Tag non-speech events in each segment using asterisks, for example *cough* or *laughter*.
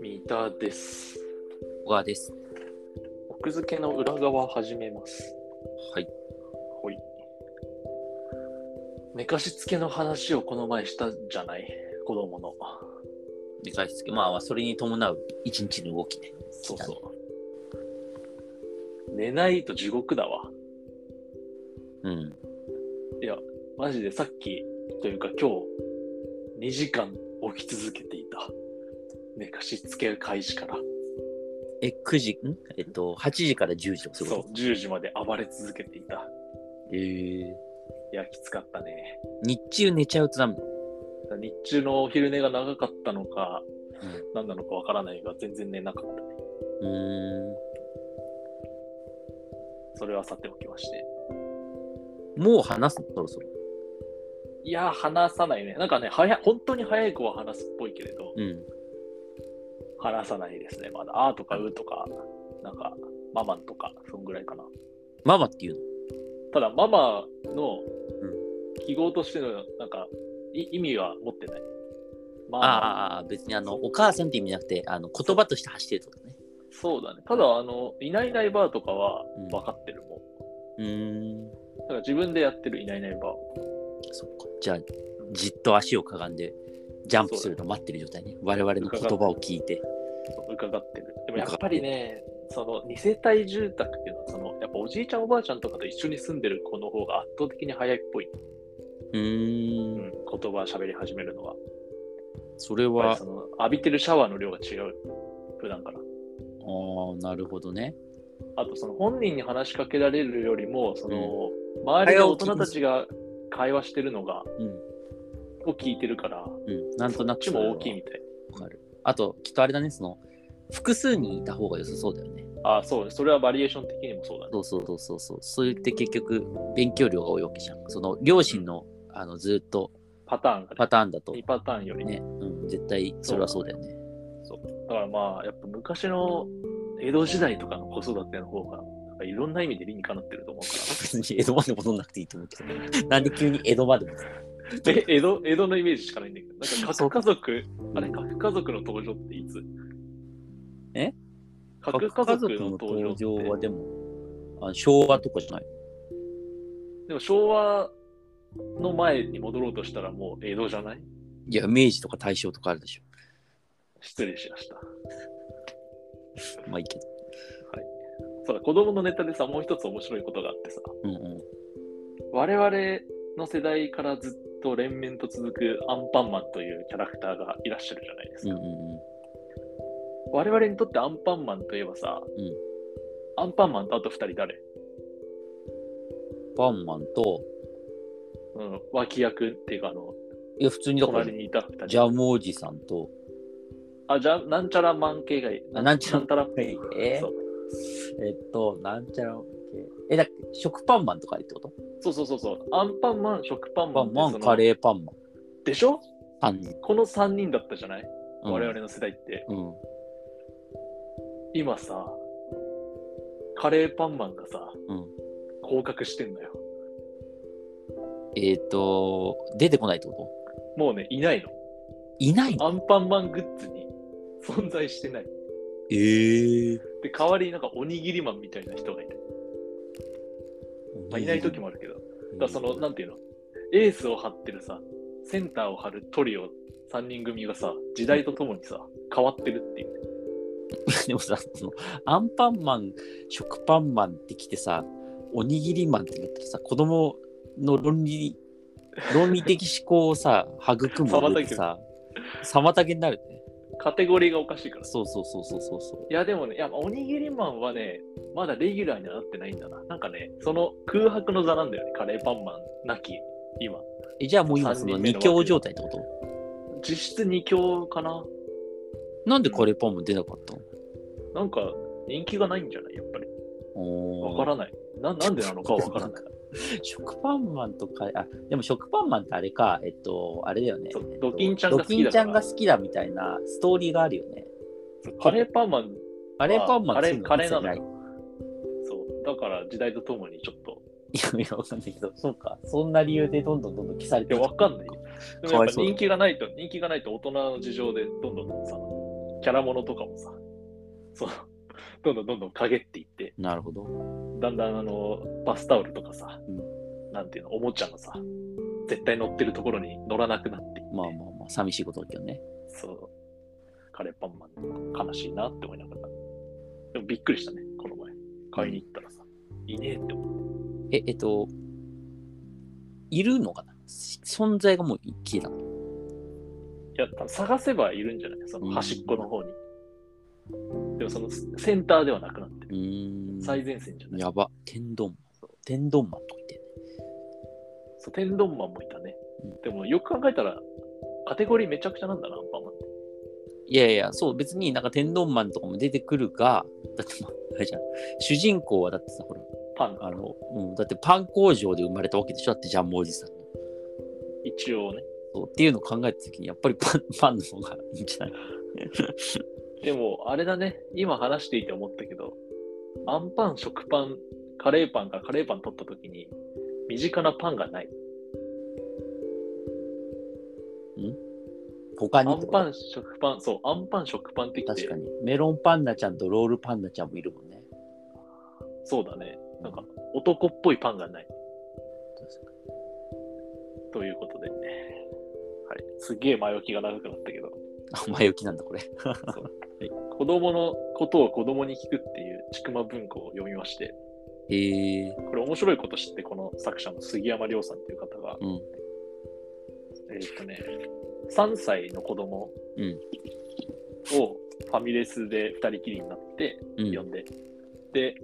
三田です。小川です。奥付けの裏側始めます。はい。ほい。寝かしつけの話をこの前したじゃない子供の。で、返しつけ。まあ、それに伴う一日の動きね。そうそう。寝ないと地獄だわ。うん。マジでさっきというか今日2時間起き続けていた。寝かしつけ開始から。え、9時、んえっと、8時から10時とかそういうこそう、10時まで暴れ続けていた。と。えー、いや、きつかったね。日中寝ちゃうとダメだ。日中のお昼寝が長かったのか、うん何なのかわからないが、全然寝なかったね。うそれはさておきまして。ーん。もう話すのそろそろ。いや、話さないね。なんかね、早い本当に早い子は話すっぽいけれど、うん。話さないですね。まだ、あーとかうーとか、なんか、ママンとか、そんぐらいかな。ママっていうの。ただ、ママのうん記号としての、なんか、い意味は持ってない。まああああ、別にあの、お母さんって意味じゃなくて、あの、言葉として走ってるってことね。そうだね。ただ、あの、いないいないバーとかはうん分かってるもん。うーん。だから自分でやってるいないいないバーをそっか。じゃあ、じっと足をかがんで、ジャンプするのを待ってる状態ね。我々の言葉を聞いて。伺ってる。でもやっぱりね、その二世帯住宅っていうのは、そのやっぱおじいちゃんおばあちゃんとかと一緒に住んでる子の方が圧倒的に早いっぽい、ううーん。ん、言葉喋り始めるのは。それやっぱはりそ、の浴びてるシャワーの量が違う、普段から。ああ、なるほどね。あと、その本人に話しかけられるよりも、その周りの大人たちが会話してるのが、うん。を聞いてるから、こうん。なんとなっくちそれはも大きいみたい。わかる。あと、きっとあれだね、その、複数人いた方が良さそうだよね。ああ、そう、それはバリエーション的にもそうだね。そうそうそうそうそう。それって結局、勉強量が多いわけじゃん。その、両親の、あの、ずっとパターンが、ねパ、ターンだと、 2ね、パターンよりね。うん、絶対それはそうだよね。だからまあ、やっぱ昔の江戸時代とかの子育ての方が、なんかいろんな意味で理にかなってると思う別に江戸まで戻んなくていいと思うけど、なんで急に江戸まで戻る *laughs* から。え、江戸、江戸のイメージしかないんだけど、なんかそう核家族、あれ、核家族の登場っていつえ核家族の登場登場っはて。でも、あの昭和とかじゃない。でも昭和の前に戻ろうとしたらもう江戸じゃないいや、明治とか大正とかあるでしょ。失礼しました。まあいいけど。そうだ、子供のネタでさ、もう一つ面白いことがあってさ、うんうん。我々の世代からずっと連綿と続くアンパンマンというキャラクターがいらっしゃるじゃないですうんか。うんうん。我々にとってアンパンマンといえばさ、うんアンパンマンとあと2人誰、パンマンと、うん、脇役っていうかあのいや、普通にだから隣、にいた2ジ人ャムおじさんと、あじゃなんちゃらマン系がいいあなんちゃららはいえーそうえっと、なんちゃら系。え、だっけ食パンマンとかあるってことそうそうそうそうアンパンマン食パンマパンンマそン、のカレーパンマン。でしょパンに。この3人だったじゃない、うん我々の世代ってうん。今さカレーパンマンがさ、うん降格してんのよえっ、と、出てこないってこともうねいないのいないのアンパンマングッズに存在してないえー。で代わりになんかおにぎりマンみたいな人がいて、まあ、いない時もあるけどうん、だからその、なんていうの、エースを張ってるさ、センターを張るトリオ3人組がさ、時代とともにさ、変わってるっていう。 *laughs* でもさ、その、アンパンマン、食パンマンって来てさ、おにぎりマンってなったらさ、子供の論理、論理的思考をさ、育む上でさ、妨げになるね。カテゴリーがおかしいから。いそうそうそうそうそうそう。や、でもね、いやおにぎりマンはね、まだレギュラーにはなってないんだな。なんかね、その空白の座なんだよね、カレーパンマンなき、今。え、じゃあもう今その二強状態ってこと実質2強かな。なんでカレーパンマン出なかったのなんか、人気がないんじゃないやっぱり。わわからない。ななんでなのかわ *laughs* からない。食パンマンとか、あ、でも食パンマンってあれか、えっと、あれだよねそう。えっとドキンちゃんが好きだからドキンちゃんが好きだみたいなストーリーがあるよね。カレーパンマンカレーパンマンカレーカレーなののよそう。だから時代とともにちょっといやいや、わかんないけど、そうか。そんな理由でどんどんどんどん消されていや、わかんない。でもかやっわぱいそうだ人気がないと、人気がないと大人の事情でどんどんどんどんさ、キャラものとかもさ、そう、どんどんどんどん陰っていって、なるほど。だんだんあの、バスタオルとかさ、うなんていうの、おもちゃのさ、絶対乗ってるところに乗らなくなっていって、まあまあまあ、寂しいことだけどね。そう、カレーパンマン、悲しいなって思いながら。でもびっくりしたね、この前。買いに行ったらさ、いねえって思っえ、えっと、いるのかなし存在がもう消えたの。て。いや、多分探せばいるんじゃないそのうん端っこの方に。でもそのセンターではなくなってうる。ーん。最前線じゃない。やば。天丼マン。天丼マンとか言ってんね。そう、天丼マンもいたねう。でもよく考えたら、カテゴリーめちゃくちゃなんだな、アンパンマンって。いやいや、そう、別になんか天丼マンとかも出てくるが、だってまあ、あれじゃん。主人公はだってさ、ほら、パンがあの、うん、だってパン工場で生まれたわけでしょだってジャンボおじさんの。一応ね。そうっていうのを考えた時に、やっぱりパン、パンの方がいいんじゃないでも、あれだね、今話していて思ったけど、アンパン、食パン、カレーパンがカレーパン取った時に、身近なパンがない。他アにってンことパン、食パン、そう、アンパン、食パンってきて確か、に。メロンパンナちゃんとロールパンナちゃんもいるもんね。そうだね、なんか男っぽいパンがないということで、はい、すげえ前置きが長くなったけど、あ前置きなんだ、これ。子供のことを子供に聞くっていうちくま文庫を読みまして、へえ。これ面白いこと知って、この作者の杉山亮さんという方が、うん。えーっとね、3歳の子供をうんファミレスで2人きりになってう呼ん。んで、で、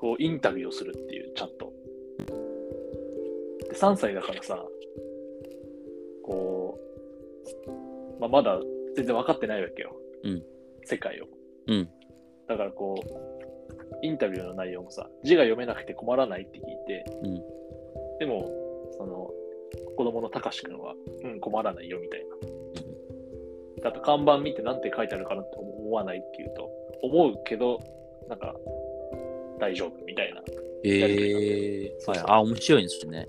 こうインタビューをするっていうチャット。で、3歳だからさ、こう、まあ、まだ全然分かってないわけよ。うん世界を。うんだからこう、インタビューの内容もさ、字が読めなくて困らないって聞いて、うんでも、その、子供のたかしくんは、うん、困らないよみたいな。あと、看板見て何て書いてあるかなって思わないっていうと、思うけど、なんか、大丈夫みたいな。へえ。そうはいそう。あ、面白いですね。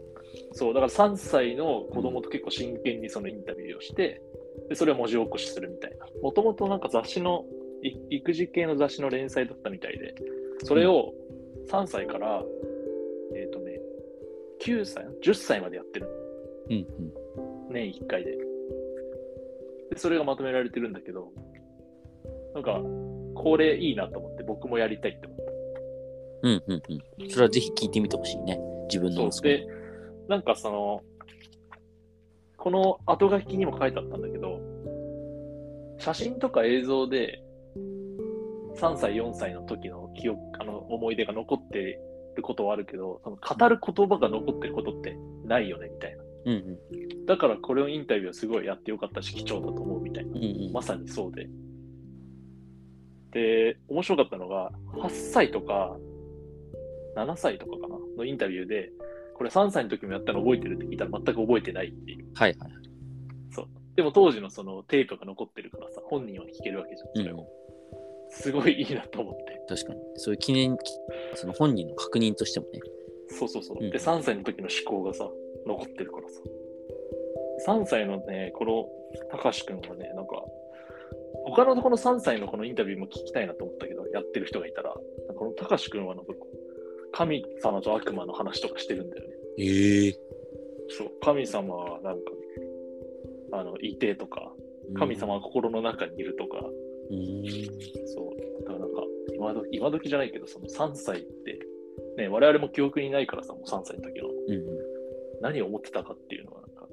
そう、だから3歳の子供と結構真剣にそのインタビューをして、でそれを文字起こしするみたいな。もともとなんか雑誌の、い育児系の雑誌の連載だったみたいで、それを3歳から、えっ、とね、9歳、10歳までやってるうんうん。年1回でで。それがまとめられてるんだけど、なんか、これいいなと思って、僕もやりたいって思って。うんうんうん。それはぜひ聞いてみてほしいね。自分のそう息子で、になんかその、この後書きにも書いてあったんだけど、写真とか映像で、3歳、4歳の時の記憶、あの思い出が残ってることはあるけど、その語る言葉が残ってることってないよね、みたいな。うんうん。だからこれをインタビューはすごいやってよかったし、貴重だと思うみたいな。うんうんまさにそうで。で、面白かったのが、8歳とか、7歳とかかな、のインタビューで、これ3歳の時もやったの覚えてるって聞いたら全く覚えてないっていう。はいはい。でも当時のそのテープが残ってるからさ、本人は聞けるわけじゃん、それを。うんすごいいいなと思って。確かに。そういう記念、その本人の確認としてもね。そうそうそう。うんで、3歳の時の思考がさ、残ってるからさ。3歳のね、この、たかしくんはね、なんか、他のこの3歳のこのインタビューも聞きたいなと思ったけど、やってる人がいたら、なんかこのたかしくんはなんかこう、神様と悪魔の話とかしてるんだよね。ええ。そう、神様はなんか、あの、いてとか、神様は心の中にいるとか、うん。そう、だからなんか、今ど今時じゃないけど、その3歳って、ね、我々も記憶にないからさ、もう3歳の時の。うんうん。何を思ってたかっていうのはなんか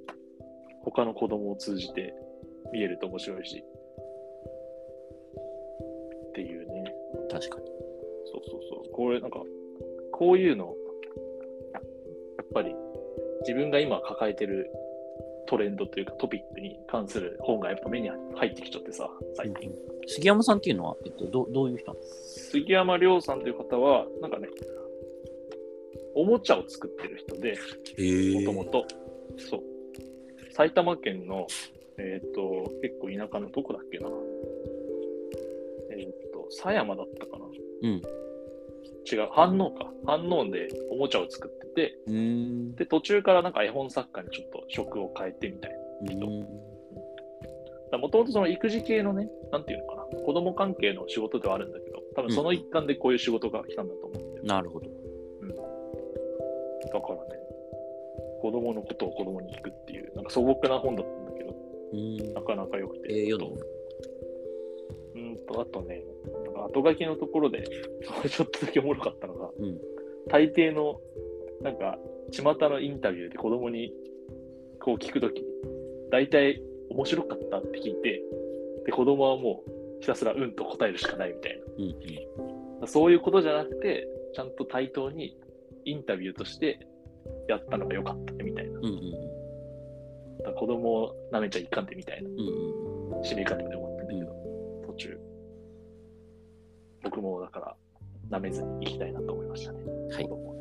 他の子供を通じて見えると面白いしっていうね確かに。そうそうそうこれなんかこういうのやっぱり自分が今抱えてるトレンドというかトピックに関する本がやっぱ目に入ってきちゃってさ最近杉山さんっていうのは、えっと、どどういう人なんです杉山亮さんという方はなんかねおもちゃを作ってる人でかもともと、そう。埼玉県の、えっ、と、結構田舎のどこだっけな。えっ、と、狭山だったかな。うん違う、反応か。反応でおもちゃを作ってて、うーん。で、途中からなんか絵本作家にちょっと職を変えてみたいな。もともとその育児系のね、なんていうのかな、子供関係の仕事ではあるんだけど、多分その一環でこういう仕事が来たんだと思ってる。なるほど。だからね、子供のことを子供に聞くっていう、なんか素朴な本だったんだけど、うーんな。かなか良くて。えー、読んだうんと、あとね、なんか後書きのところで、 *laughs* これちょっとだけおもろかったのが、うん大抵の、なんか、巷のインタビューで子供にこう聞くとき、大体面白かったって聞いて、で、子供はもうひたすらうんと答えるしかないみたいうんうん。な。そういうことじゃなくて、ちゃんと対等にインタビューとしてやったのが良かったねみたいな。うんだから子供を舐めちゃいかんでみたいなうんうん締め方で思ったんだけど、途中。僕もだから、舐めずに行きたいなと思いましたね。うん。はい子。供